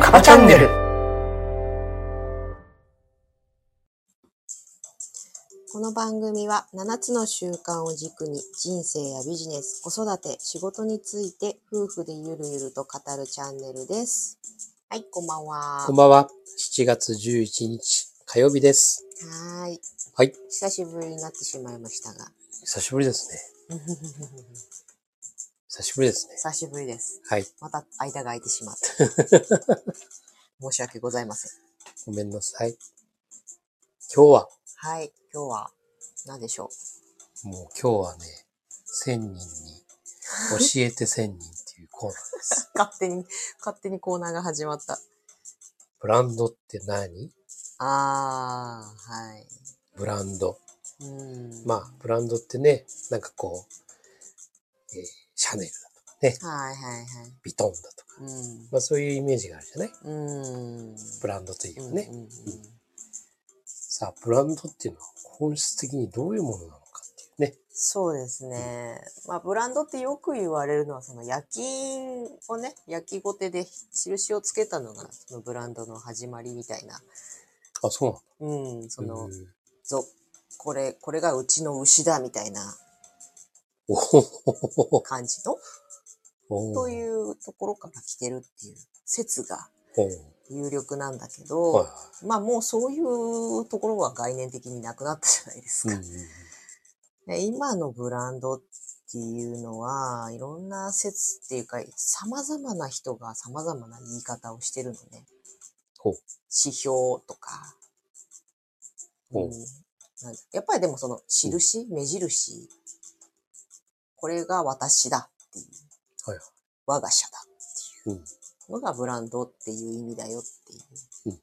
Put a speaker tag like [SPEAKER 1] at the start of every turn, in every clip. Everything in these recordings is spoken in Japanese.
[SPEAKER 1] カバチャンネル
[SPEAKER 2] この番組は7つの習慣を軸に人生やビジネス、子育て、仕事について夫婦でゆるゆると語るチャンネルです。はい、こんばんは。
[SPEAKER 1] こんばんは。7月11日火曜日です。
[SPEAKER 2] はーい。
[SPEAKER 1] はい。
[SPEAKER 2] 久しぶりになってしまいました が。
[SPEAKER 1] 久しぶりですね。久しぶりですね。
[SPEAKER 2] 久しぶりです。
[SPEAKER 1] はい。
[SPEAKER 2] また間が空いてしま った。申し訳ございません。
[SPEAKER 1] ごめんなさい。今日は、
[SPEAKER 2] はい、今日は何でしょ
[SPEAKER 1] もう今日はね、1000人に教えて1000人っていうコーナーです。
[SPEAKER 2] う。勝手に、勝手にコーナーが始まった。
[SPEAKER 1] ブランドって何
[SPEAKER 2] あー、はい。
[SPEAKER 1] ブランド。
[SPEAKER 2] うん。
[SPEAKER 1] まあ、ブランドってね、なんかこう、えーシャネルだとかね、
[SPEAKER 2] あ。はいはいはい。
[SPEAKER 1] ビトンだとか、
[SPEAKER 2] うん。
[SPEAKER 1] まあそういうイメージがあるじゃない
[SPEAKER 2] うん。
[SPEAKER 1] ブランドという
[SPEAKER 2] うん
[SPEAKER 1] ね。
[SPEAKER 2] うんうん
[SPEAKER 1] さあ、ブランドっていうのは本質的にどういうものなのかっていうね。
[SPEAKER 2] そうですね。まあ、ブランドってよく言われるのは、その焼き印をね、焼きごてで印をつけたのが、そのブランドの始まりみたいな。
[SPEAKER 1] あ、そうなの
[SPEAKER 2] うん、その、
[SPEAKER 1] うん
[SPEAKER 2] ぞ、これ、これがうちの牛だみたいな
[SPEAKER 1] おほほほほ
[SPEAKER 2] 感じの、
[SPEAKER 1] ほ
[SPEAKER 2] というところから来てるっていう説が
[SPEAKER 1] ほう
[SPEAKER 2] 有力なんだけ
[SPEAKER 1] はい
[SPEAKER 2] ど、
[SPEAKER 1] は
[SPEAKER 2] まあもうそういうところは概念的になくなったじゃないです
[SPEAKER 1] い
[SPEAKER 2] か
[SPEAKER 1] うん。うんうん
[SPEAKER 2] で今のブランドっていうのは、いろんな説っていうか、様々な人が様々な言い方をしてるのね。
[SPEAKER 1] ほう
[SPEAKER 2] 指標とか。
[SPEAKER 1] ほう
[SPEAKER 2] なんやっぱりでもその、印、目印。これが私だっていう。
[SPEAKER 1] はいはい
[SPEAKER 2] 我が社だっていう
[SPEAKER 1] うん
[SPEAKER 2] のがブランドっていう意味だよっていう。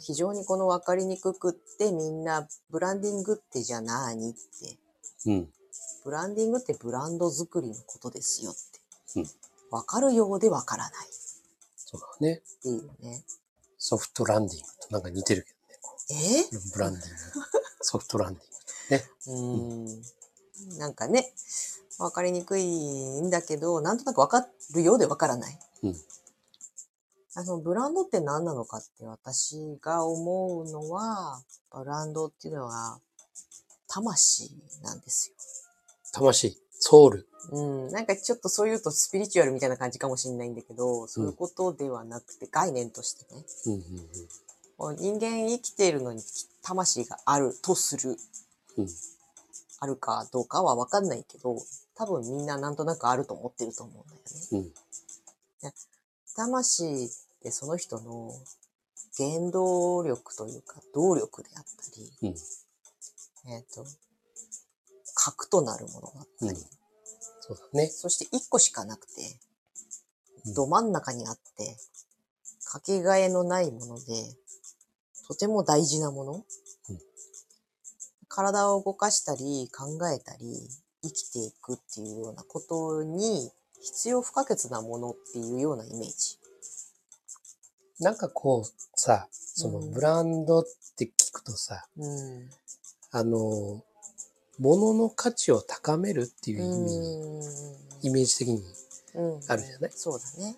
[SPEAKER 2] 非常にこの分かりにくくってみんなブランディングってじゃあ何って
[SPEAKER 1] うん。
[SPEAKER 2] ブランディングってブランド作りのことですよって。
[SPEAKER 1] うん
[SPEAKER 2] わかるようでわからないっ
[SPEAKER 1] そうだね。
[SPEAKER 2] ていうね。
[SPEAKER 1] ソフトランディングとなんか似てるけどね。こ
[SPEAKER 2] え
[SPEAKER 1] うブランディング。ソフトランディング
[SPEAKER 2] うーん。なんかね、わかりにくいんだけど、なんとなくわかるようでわからない。
[SPEAKER 1] うん
[SPEAKER 2] あの、ブランドって何なのかって私が思うのは、ブランドっていうのは、魂なんです
[SPEAKER 1] 魂、ソウル。
[SPEAKER 2] よ。うん。なんかちょっとそういうとスピリチュアルみたいな感じかもしれないんだけど、そういうことではなくて、概念としてね。
[SPEAKER 1] うんうんうん。
[SPEAKER 2] もう人間生きているのに魂があるとする、
[SPEAKER 1] うん
[SPEAKER 2] あるかどうかは分かんないけど多分みんななんとなくあると思ってると思うんだよね。
[SPEAKER 1] うん
[SPEAKER 2] で魂ってその人の原動力というか動力であったり、
[SPEAKER 1] うん
[SPEAKER 2] えっ、と核となるものだったり、
[SPEAKER 1] うんそうだね。
[SPEAKER 2] そして一個しかなくて
[SPEAKER 1] う、ん
[SPEAKER 2] ど真ん中にあって、かけがえのないもので、とても大事なもの。
[SPEAKER 1] うん
[SPEAKER 2] 体を動かしたり、考えたり、生きていくっていうようなことに必要不可欠なものっていうようなイメージ。
[SPEAKER 1] なんかこうさ、その
[SPEAKER 2] うん
[SPEAKER 1] ブランドって聞くとさ、
[SPEAKER 2] うん。
[SPEAKER 1] あの、物の価値を高めるっていう意味に、イメージ的に、
[SPEAKER 2] うん
[SPEAKER 1] あるじゃない
[SPEAKER 2] そうだね。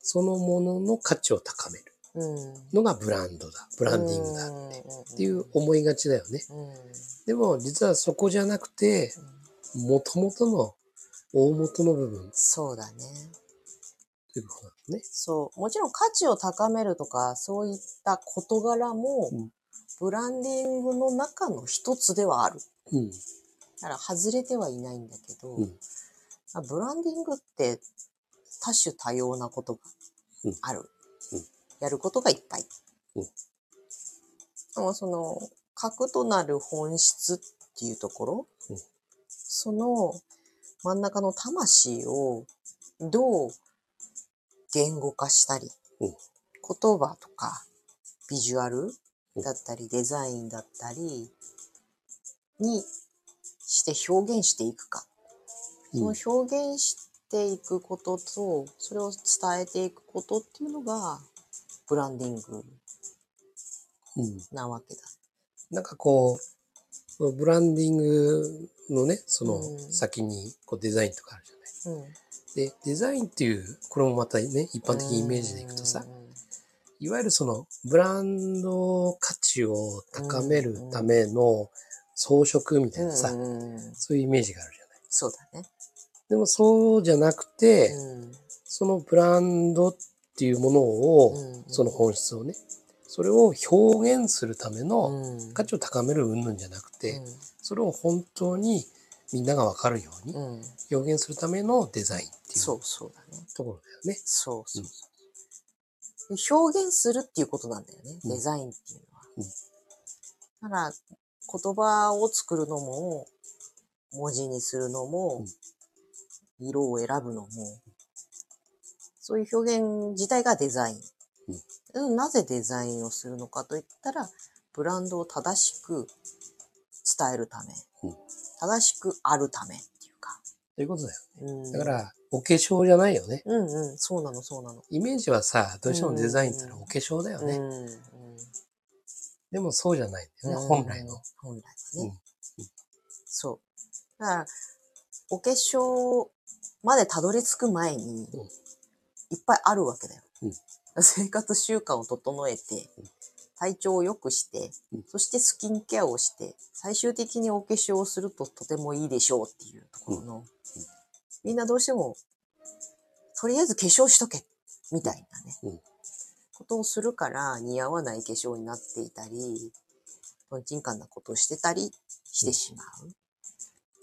[SPEAKER 1] そのものの価値を高める
[SPEAKER 2] うん。
[SPEAKER 1] のがブランドだ、ブランディングだ
[SPEAKER 2] って
[SPEAKER 1] っていう思いがちだよね。
[SPEAKER 2] うん。うん
[SPEAKER 1] でも実はそこじゃなくて、もともとの大元の部分
[SPEAKER 2] そうだね。
[SPEAKER 1] ということなんですね。
[SPEAKER 2] そう。もちろん価値を高めるとか、そういった事柄も、
[SPEAKER 1] うん
[SPEAKER 2] ブランディングの中の一つではある。
[SPEAKER 1] うん。
[SPEAKER 2] だから外れてはいないんだけど、
[SPEAKER 1] うん
[SPEAKER 2] まあブランディングって多種多様なことがある。
[SPEAKER 1] うんうん
[SPEAKER 2] やることがいっぱい。
[SPEAKER 1] うん
[SPEAKER 2] でもその、核となる本質っていうところ、
[SPEAKER 1] うん
[SPEAKER 2] その真ん中の魂をどう言語化したり、
[SPEAKER 1] うん
[SPEAKER 2] 言葉とかビジュアルだったりデザインだったりにして表現していくか。
[SPEAKER 1] うん
[SPEAKER 2] その表現していくことと、それを伝えていくことっていうのが、ブランディング
[SPEAKER 1] うん、
[SPEAKER 2] なわけだ。
[SPEAKER 1] なんかこうそのブランディングのねそ
[SPEAKER 2] うん
[SPEAKER 1] の先にこうデザインとかあるじゃない。
[SPEAKER 2] うん、
[SPEAKER 1] でデザインっていうこれもまたね一般的イメージでいくとさいわゆるそのブランド価値を高めるための装飾みた
[SPEAKER 2] う
[SPEAKER 1] い
[SPEAKER 2] ん、
[SPEAKER 1] なさ、
[SPEAKER 2] うんうん
[SPEAKER 1] そういうイメージがあるじゃない。
[SPEAKER 2] そうだね。
[SPEAKER 1] でもそうじゃなくて、
[SPEAKER 2] うん
[SPEAKER 1] そのブランドっていうものを、
[SPEAKER 2] うん
[SPEAKER 1] その本質をねそれを表現するための
[SPEAKER 2] うん
[SPEAKER 1] 価値を高める云々じゃなくて、それを本当にみんながわかるように
[SPEAKER 2] うんうん
[SPEAKER 1] 表現するためのデザインってい
[SPEAKER 2] そううそうだね。
[SPEAKER 1] ところだよね。
[SPEAKER 2] そうそうそう。表現するっていうことなんだよね、
[SPEAKER 1] うん
[SPEAKER 2] デザインっていうのは。
[SPEAKER 1] うん
[SPEAKER 2] だから、言葉を作るのも、文字にするのも、色を選ぶのも、そういう表現自体がデザイン。うんなぜデザインをするのかといったら、ブランドを正しく伝えるため、
[SPEAKER 1] うん
[SPEAKER 2] 正しくあるためっていうか。
[SPEAKER 1] ということだよ。
[SPEAKER 2] うん、
[SPEAKER 1] だか、らお化粧じゃないよね。
[SPEAKER 2] うんうん、そうなの、そうなの。
[SPEAKER 1] イメージはさどうしてもデザインっての
[SPEAKER 2] う
[SPEAKER 1] は
[SPEAKER 2] ん
[SPEAKER 1] お化粧だよ
[SPEAKER 2] う
[SPEAKER 1] ね。
[SPEAKER 2] んうん
[SPEAKER 1] でもそうじゃないんだよね、
[SPEAKER 2] うん
[SPEAKER 1] 本来の。。
[SPEAKER 2] 本来のね。
[SPEAKER 1] うんうん
[SPEAKER 2] そう。だから、お化粧までたどり着く前に、
[SPEAKER 1] うん
[SPEAKER 2] いっぱいあるわけだよ。
[SPEAKER 1] うん
[SPEAKER 2] 生活習慣を整えて、体調を良くして、
[SPEAKER 1] うん
[SPEAKER 2] そしてスキンケアをして、最終的にお化粧をするととてもいいでしょうっていうところの、みんなどうしても、とりあえず化粧しとけ、みたいなね、
[SPEAKER 1] うん
[SPEAKER 2] ことをするから似合わない化粧になっていたり、とんちんかんなことをしてたりしてしまう。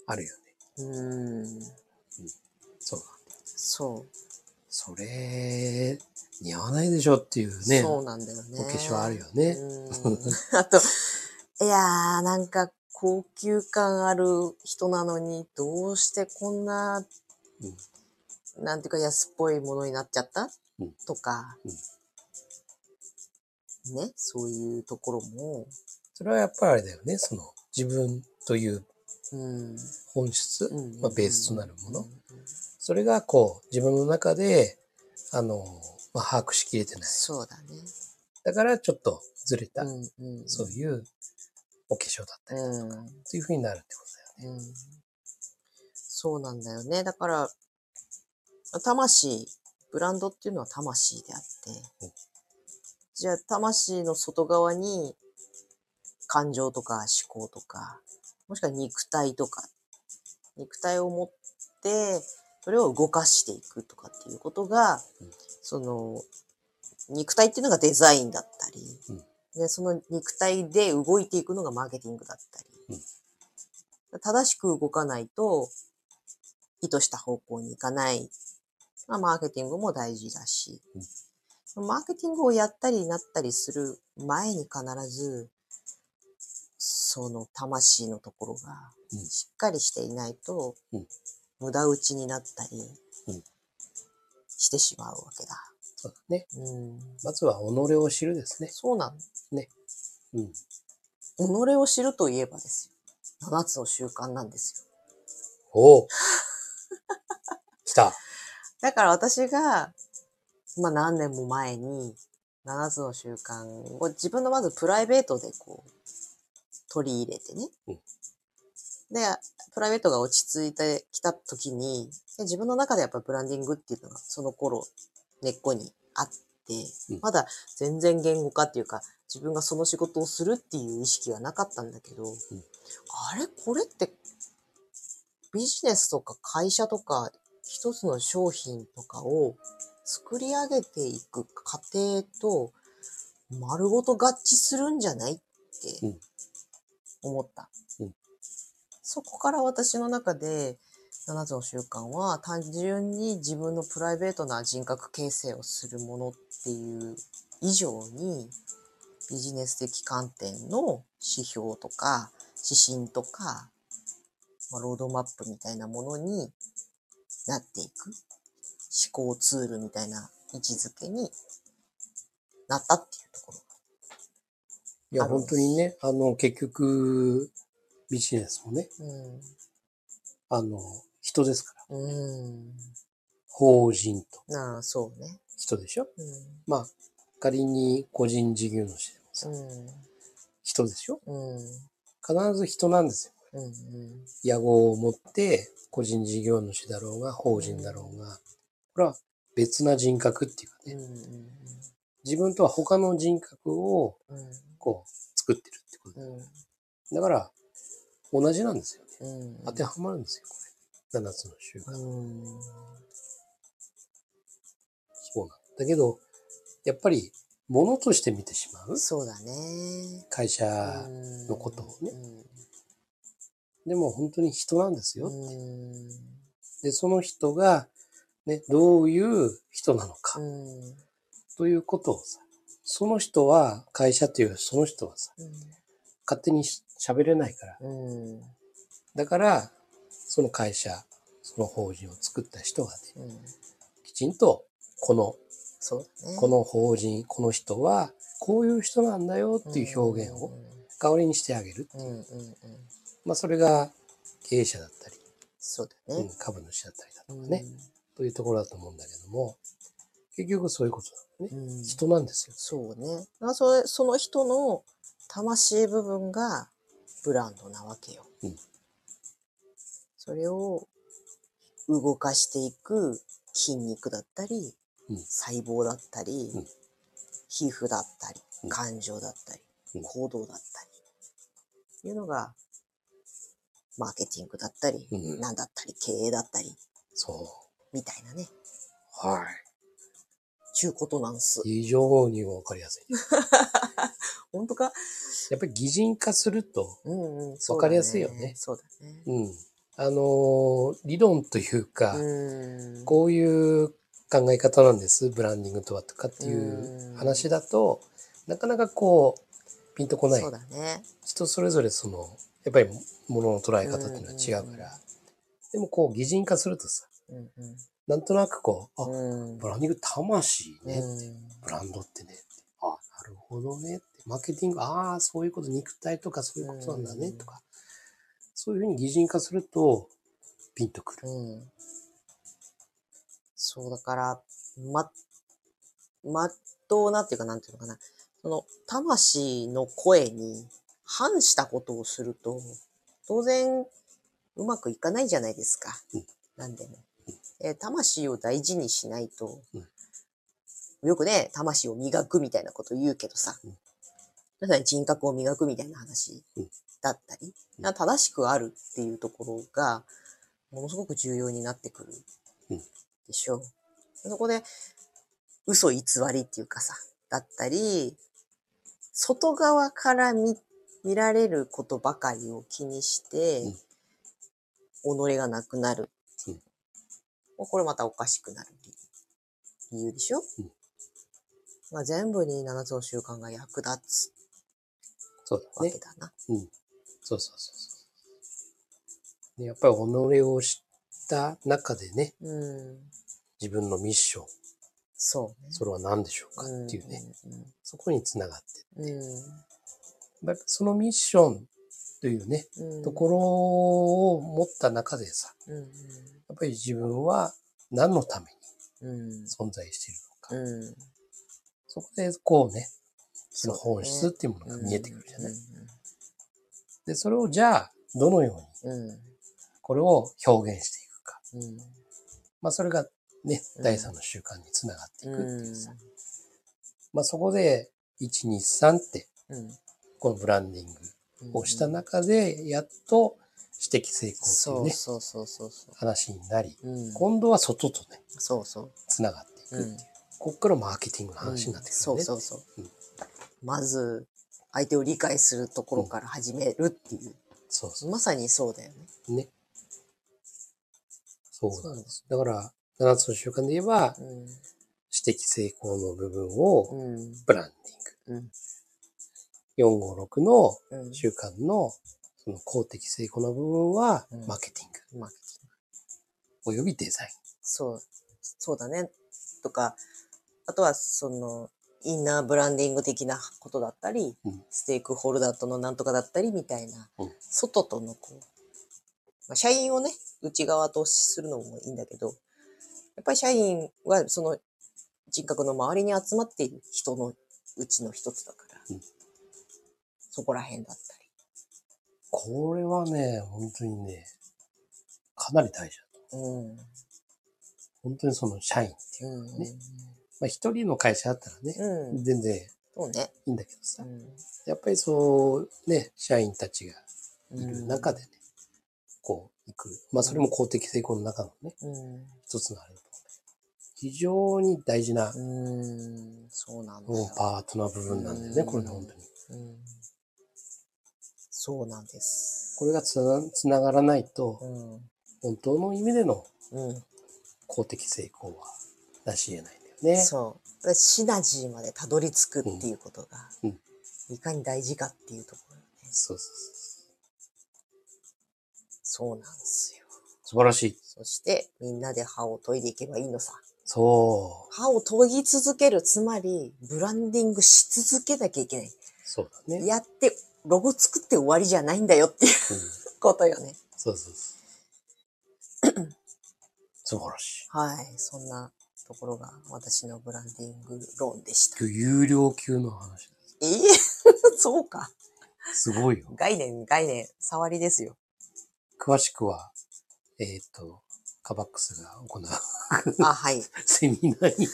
[SPEAKER 1] あるよね。
[SPEAKER 2] うん、
[SPEAKER 1] そうだ。
[SPEAKER 2] そう。
[SPEAKER 1] それ似合わないでしょっていうね。
[SPEAKER 2] そうなんだよね。
[SPEAKER 1] お化粧あるよね
[SPEAKER 2] うんあと、いやー、なんか高級感ある人なのに、どうしてこんな、なんていうか安っぽいものになっちゃった、
[SPEAKER 1] うん
[SPEAKER 2] とか、
[SPEAKER 1] う
[SPEAKER 2] ね、そういうところも、
[SPEAKER 1] それはやっぱりあれだよね。その自分という
[SPEAKER 2] うん
[SPEAKER 1] 本質、
[SPEAKER 2] うん
[SPEAKER 1] まあ、ベースとなるもの、
[SPEAKER 2] うん
[SPEAKER 1] それがこう自分の中で、あの、まあ、把握しきれてない。
[SPEAKER 2] そうだね。
[SPEAKER 1] だからちょっとずれた、
[SPEAKER 2] うんうん
[SPEAKER 1] そういうお化粧だったり
[SPEAKER 2] うん
[SPEAKER 1] というふうになるってこ
[SPEAKER 2] うんそうなんだよね。だから、魂、ブランドっていうのは魂であって
[SPEAKER 1] お、
[SPEAKER 2] じゃあ魂の外側に感情とか思考とか、もしくは肉体とか、肉体を持って、それを動かしていくとかっていうことが
[SPEAKER 1] うん、
[SPEAKER 2] その、肉体っていうのがデザインだったり、でその肉体で動いていくのがマーケティングだったり、正しく動かないと、意図した方向に行かない。まあ、マーケティングも大事だし、マーケティングをやったりなったりする前に必ず、その魂のところが
[SPEAKER 1] うん
[SPEAKER 2] しっかりしていないと
[SPEAKER 1] うん、
[SPEAKER 2] 無駄打ちになったり
[SPEAKER 1] うん
[SPEAKER 2] してしまうわけだ。
[SPEAKER 1] とだよね。
[SPEAKER 2] うん、
[SPEAKER 1] まずは己を知るですね。
[SPEAKER 2] そうなの。
[SPEAKER 1] うん。
[SPEAKER 2] 己を知るといえばですよ。7つの習慣なんですよ。
[SPEAKER 1] おお来た。
[SPEAKER 2] だから私が、まあ何年も前に、7つの習慣を自分のまずプライベートでこう、取り入れてね。
[SPEAKER 1] うん
[SPEAKER 2] で、プライベートが落ち着いてきた時に、で自分の中でやっぱブランディングっていうのがその頃根っこにあって、
[SPEAKER 1] うん
[SPEAKER 2] まだ全然言語化っていうか、自分がその仕事をするっていう意識はなかったんだけど、あれこれってビジネスとか会社とか一つの商品とかを作り上げていく過程と丸ごと合致するんじゃないって
[SPEAKER 1] うん
[SPEAKER 2] 思った、
[SPEAKER 1] うん
[SPEAKER 2] そこから私の中で7つの習慣は単純に自分のプライベートな人格形成をするものっていう以上にビジネス的観点の指標とか指針とか、まあ、ロードマップみたいなものになっていく思考ツールみたいな位置づけになったっていうところ。
[SPEAKER 1] いや、
[SPEAKER 2] あるん
[SPEAKER 1] 本
[SPEAKER 2] です
[SPEAKER 1] 当にね、あの、結局、ビジネスもね、あの、人ですから。
[SPEAKER 2] うん。うん。
[SPEAKER 1] 法人と
[SPEAKER 2] なあ、そうね。
[SPEAKER 1] 人でしょ
[SPEAKER 2] うん。
[SPEAKER 1] まあ、仮に個人事業主でもさ、人でしょ
[SPEAKER 2] うんうん
[SPEAKER 1] 必ず人なんですよ。
[SPEAKER 2] うん
[SPEAKER 1] 野望を持って、個人事業主だろうが、法人だろうが、これは別な人格っていうか
[SPEAKER 2] うんう
[SPEAKER 1] ね、
[SPEAKER 2] ん
[SPEAKER 1] 自分とは他の人格を
[SPEAKER 2] うん
[SPEAKER 1] こう作ってるってこと
[SPEAKER 2] う
[SPEAKER 1] だ。だ
[SPEAKER 2] ん
[SPEAKER 1] から、同じなんですよね。
[SPEAKER 2] うん
[SPEAKER 1] 当てはまるんですよ、これ。7つの習慣。
[SPEAKER 2] うん
[SPEAKER 1] そうなんだけど、やっぱり、ものとして見てしまう
[SPEAKER 2] そうだね
[SPEAKER 1] 会社のことをねでも本当に人なんですよ。
[SPEAKER 2] うん
[SPEAKER 1] で、その人が、ね、どういう人なの
[SPEAKER 2] う
[SPEAKER 1] か
[SPEAKER 2] んうん
[SPEAKER 1] ということをさ、その人は、会社というその人はさ、勝手にし喋れないから。
[SPEAKER 2] うん
[SPEAKER 1] だから、その会社、その法人を作った人がね、
[SPEAKER 2] うん
[SPEAKER 1] きちんと、この、
[SPEAKER 2] そうだね
[SPEAKER 1] この法人、この人は、こういう人なんだよっていう表現を代わりにしてあげる。
[SPEAKER 2] うんうんうん
[SPEAKER 1] まあ、それが経営者だったり、
[SPEAKER 2] そうだ
[SPEAKER 1] うん
[SPEAKER 2] ね
[SPEAKER 1] 株主だったりだとかね、というところだと思うんだけども、結局そういうことなんだ
[SPEAKER 2] う
[SPEAKER 1] ね。
[SPEAKER 2] んうん
[SPEAKER 1] 人なんですよ。
[SPEAKER 2] そうね。だからそれその人の魂部分がブランドなわけよ。
[SPEAKER 1] うん
[SPEAKER 2] それを動かしていく筋肉だったり、
[SPEAKER 1] うん
[SPEAKER 2] 細胞だったり、
[SPEAKER 1] うん
[SPEAKER 2] 皮膚だったり、
[SPEAKER 1] うん
[SPEAKER 2] 感情だったり、
[SPEAKER 1] うん
[SPEAKER 2] 行動だったり、いうのが、マーケティングだったり、
[SPEAKER 1] うん
[SPEAKER 2] なんだったり、経営だったり、
[SPEAKER 1] そ
[SPEAKER 2] みたいなね、
[SPEAKER 1] う。は
[SPEAKER 2] ちゅうことなんす。
[SPEAKER 1] い。非常にわかりやすい。
[SPEAKER 2] 本当か
[SPEAKER 1] やっぱり擬人化すると、
[SPEAKER 2] うんうん。
[SPEAKER 1] わかりやすいよね
[SPEAKER 2] そうだね。
[SPEAKER 1] うん。あのー理論というか、
[SPEAKER 2] うん
[SPEAKER 1] こういう考え方なんです、ブランディングとはとかっていううん話だと、なかなかこう、ピンとこない
[SPEAKER 2] そう。だね。
[SPEAKER 1] 人それぞれその、やっぱりものの捉え方っていうのは違うか
[SPEAKER 2] うんうんうん
[SPEAKER 1] ら、でもこう擬人化するとさ、
[SPEAKER 2] うんうん。
[SPEAKER 1] なんとなくこう、あ、
[SPEAKER 2] うん
[SPEAKER 1] ブランディング魂ね、
[SPEAKER 2] うん
[SPEAKER 1] ブランドってね、あ、なるほどねって、マーケティング、ああ、そういうこと、肉体とかそういうことなんだね、
[SPEAKER 2] うん
[SPEAKER 1] とか、そういうふうに擬人化すると、ピンとくる。
[SPEAKER 2] うん。そう、だから、ま、まっとうなっていうか、なんていうのかな。その、魂の声に反したことをすると、当然、うまくいかないじゃないですか
[SPEAKER 1] うん。
[SPEAKER 2] なんでも。えー魂を大事にしないと、
[SPEAKER 1] うん
[SPEAKER 2] よくね、魂を磨くみたいなこと言うけどさ
[SPEAKER 1] うん、
[SPEAKER 2] まさに人格を磨くみたいな話
[SPEAKER 1] うん
[SPEAKER 2] だったり、
[SPEAKER 1] うん
[SPEAKER 2] 正しくあるっていうところが、ものすごく重要になってくる
[SPEAKER 1] うん
[SPEAKER 2] でしょう。そこで、嘘偽りっていうかさ、だったり、外側から見見られることばかりを気にして、己がなくなるっていう。もうこれまたおかしくなる理理由でしょ、
[SPEAKER 1] うん
[SPEAKER 2] まあ全部に7つの習慣が役立
[SPEAKER 1] そう
[SPEAKER 2] つ
[SPEAKER 1] だ
[SPEAKER 2] わ
[SPEAKER 1] ね
[SPEAKER 2] け。だな。
[SPEAKER 1] そうそうそうそう。でやっぱり己を知った中でね、
[SPEAKER 2] うん。
[SPEAKER 1] 自分のミッション、
[SPEAKER 2] そうね。
[SPEAKER 1] それは何でしょうか
[SPEAKER 2] うん
[SPEAKER 1] っていうね、。そこにつながって
[SPEAKER 2] うん。うん
[SPEAKER 1] やっぱりそのミッションというね、
[SPEAKER 2] うん。
[SPEAKER 1] ところを持った中でさ、
[SPEAKER 2] うん。
[SPEAKER 1] やっぱり自分は何のため
[SPEAKER 2] うん
[SPEAKER 1] に。存在しているのか、
[SPEAKER 2] うん。
[SPEAKER 1] そこでこうね、その
[SPEAKER 2] そうだ
[SPEAKER 1] 本
[SPEAKER 2] ね
[SPEAKER 1] 質っていうものが見えてくるじゃない。
[SPEAKER 2] う
[SPEAKER 1] で、それをじゃあ、どのように
[SPEAKER 2] ん。うん。
[SPEAKER 1] これを表現していくか。
[SPEAKER 2] うん。
[SPEAKER 1] まあ、それがね、
[SPEAKER 2] うん
[SPEAKER 1] 第三の習慣につながっていくっていうさ。
[SPEAKER 2] う
[SPEAKER 1] まあ、そこで、1、2、3って、
[SPEAKER 2] ん。
[SPEAKER 1] このブランディン
[SPEAKER 2] うん
[SPEAKER 1] グをした中で、やっと指摘成
[SPEAKER 2] そ
[SPEAKER 1] 功って
[SPEAKER 2] う
[SPEAKER 1] いうね、
[SPEAKER 2] そうそうそうそ
[SPEAKER 1] 話になり、
[SPEAKER 2] う。うん。
[SPEAKER 1] 今度は外とね、
[SPEAKER 2] そうそう。
[SPEAKER 1] つながっていくっていうう。
[SPEAKER 2] ん
[SPEAKER 1] こっからマーケティングの話になってくる
[SPEAKER 2] そ
[SPEAKER 1] よ
[SPEAKER 2] う
[SPEAKER 1] ね。
[SPEAKER 2] そうそう、
[SPEAKER 1] うん
[SPEAKER 2] まず相手を理解するところから始めるっていう、
[SPEAKER 1] そうそ
[SPEAKER 2] まさにそうだよね
[SPEAKER 1] う。ね。そうなんです。だから、7つの習慣で言えば、指摘成功の部分
[SPEAKER 2] う
[SPEAKER 1] を
[SPEAKER 2] んうん
[SPEAKER 1] ブランディング。456の
[SPEAKER 2] うん
[SPEAKER 1] 習慣のその公的成功の部分は
[SPEAKER 2] うん
[SPEAKER 1] マーケティング、
[SPEAKER 2] マーケティング
[SPEAKER 1] およびデザイ
[SPEAKER 2] そうそうだねとかあとはそのインナーブランディング的なことだったり、
[SPEAKER 1] うん
[SPEAKER 2] ステークホルダーとのなんとかだったりみたいな、
[SPEAKER 1] うん
[SPEAKER 2] 外とのこう、まあ、社員をね内側とするのもいいんだけどやっぱり社員はその人格の周りに集まっている人のうちの一つだから、
[SPEAKER 1] うん
[SPEAKER 2] そこら辺だった
[SPEAKER 1] これはね、本当にね、かなり大事だ。
[SPEAKER 2] り。うん。
[SPEAKER 1] 本当にその社員。
[SPEAKER 2] うん。
[SPEAKER 1] ねまあ一人の会社だったらね、
[SPEAKER 2] うん。
[SPEAKER 1] 全然い
[SPEAKER 2] そうね。
[SPEAKER 1] いんだけどさ
[SPEAKER 2] う、ん
[SPEAKER 1] やっぱりそう、ね、社員たちがい
[SPEAKER 2] うん
[SPEAKER 1] る中でね、こう、行く。まあそれも公的成功の中のね、
[SPEAKER 2] うん。
[SPEAKER 1] 一つのあれだと思う。非常に大事な、
[SPEAKER 2] うん。そうなんだ
[SPEAKER 1] う
[SPEAKER 2] よ
[SPEAKER 1] ん、パートな部分なんだよね、
[SPEAKER 2] うん
[SPEAKER 1] これね、本当に。
[SPEAKER 2] うん。そうなんです。
[SPEAKER 1] これがつなつながらないと、
[SPEAKER 2] うん。
[SPEAKER 1] 本当の意味での
[SPEAKER 2] うん。
[SPEAKER 1] 公的成功は成し得ないんだよね。
[SPEAKER 2] そう。だからシナジーまでたどり着くっていうことが、
[SPEAKER 1] うん
[SPEAKER 2] いかに大事かっていうところね。
[SPEAKER 1] そうそうそう。
[SPEAKER 2] そうなんですよ。
[SPEAKER 1] 素晴らしい。
[SPEAKER 2] そして、みんなで歯を研いでいけばいいのさ。
[SPEAKER 1] そう。
[SPEAKER 2] 歯を研ぎ続ける、つまり、ブランディングし続けなきゃいけない。
[SPEAKER 1] そうだね。
[SPEAKER 2] やって、ロゴ作って終わりじゃないんだよっていう
[SPEAKER 1] うん、
[SPEAKER 2] ことよね。
[SPEAKER 1] そうそうそう。 素晴らしい。
[SPEAKER 2] はい。そんなところが私のブランディング論でした。
[SPEAKER 1] 今日有料級の話です。
[SPEAKER 2] ええ そうか。
[SPEAKER 1] すご いよ。
[SPEAKER 2] 概念、概念、触りですよ。
[SPEAKER 1] 詳しくは、えっ、と、カバックスが行う
[SPEAKER 2] あ、はい。
[SPEAKER 1] セミナーにて。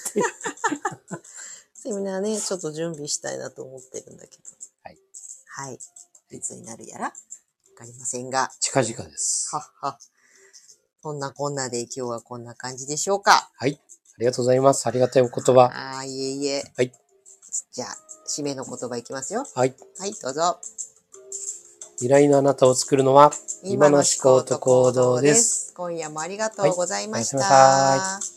[SPEAKER 2] セミナーね、ちょっと準備したいなと思ってるんだけど。
[SPEAKER 1] はい。
[SPEAKER 2] はい。いつになるやらわかりませんが。
[SPEAKER 1] 近々です。
[SPEAKER 2] はっは。そんなこんなで今日はこんな感じでしょうか。
[SPEAKER 1] はい。ありがとうございます。ありがたいお言葉。
[SPEAKER 2] ああ、いえいえ。
[SPEAKER 1] はい。
[SPEAKER 2] じゃあ、締めの言葉いきますよ。
[SPEAKER 1] はい。
[SPEAKER 2] はい、どうぞ。
[SPEAKER 1] 未来のあなたを作るのは、今の思考と行動です。
[SPEAKER 2] 今の思考と行動です。今夜もありがとうございました。
[SPEAKER 1] はいおやすみなさい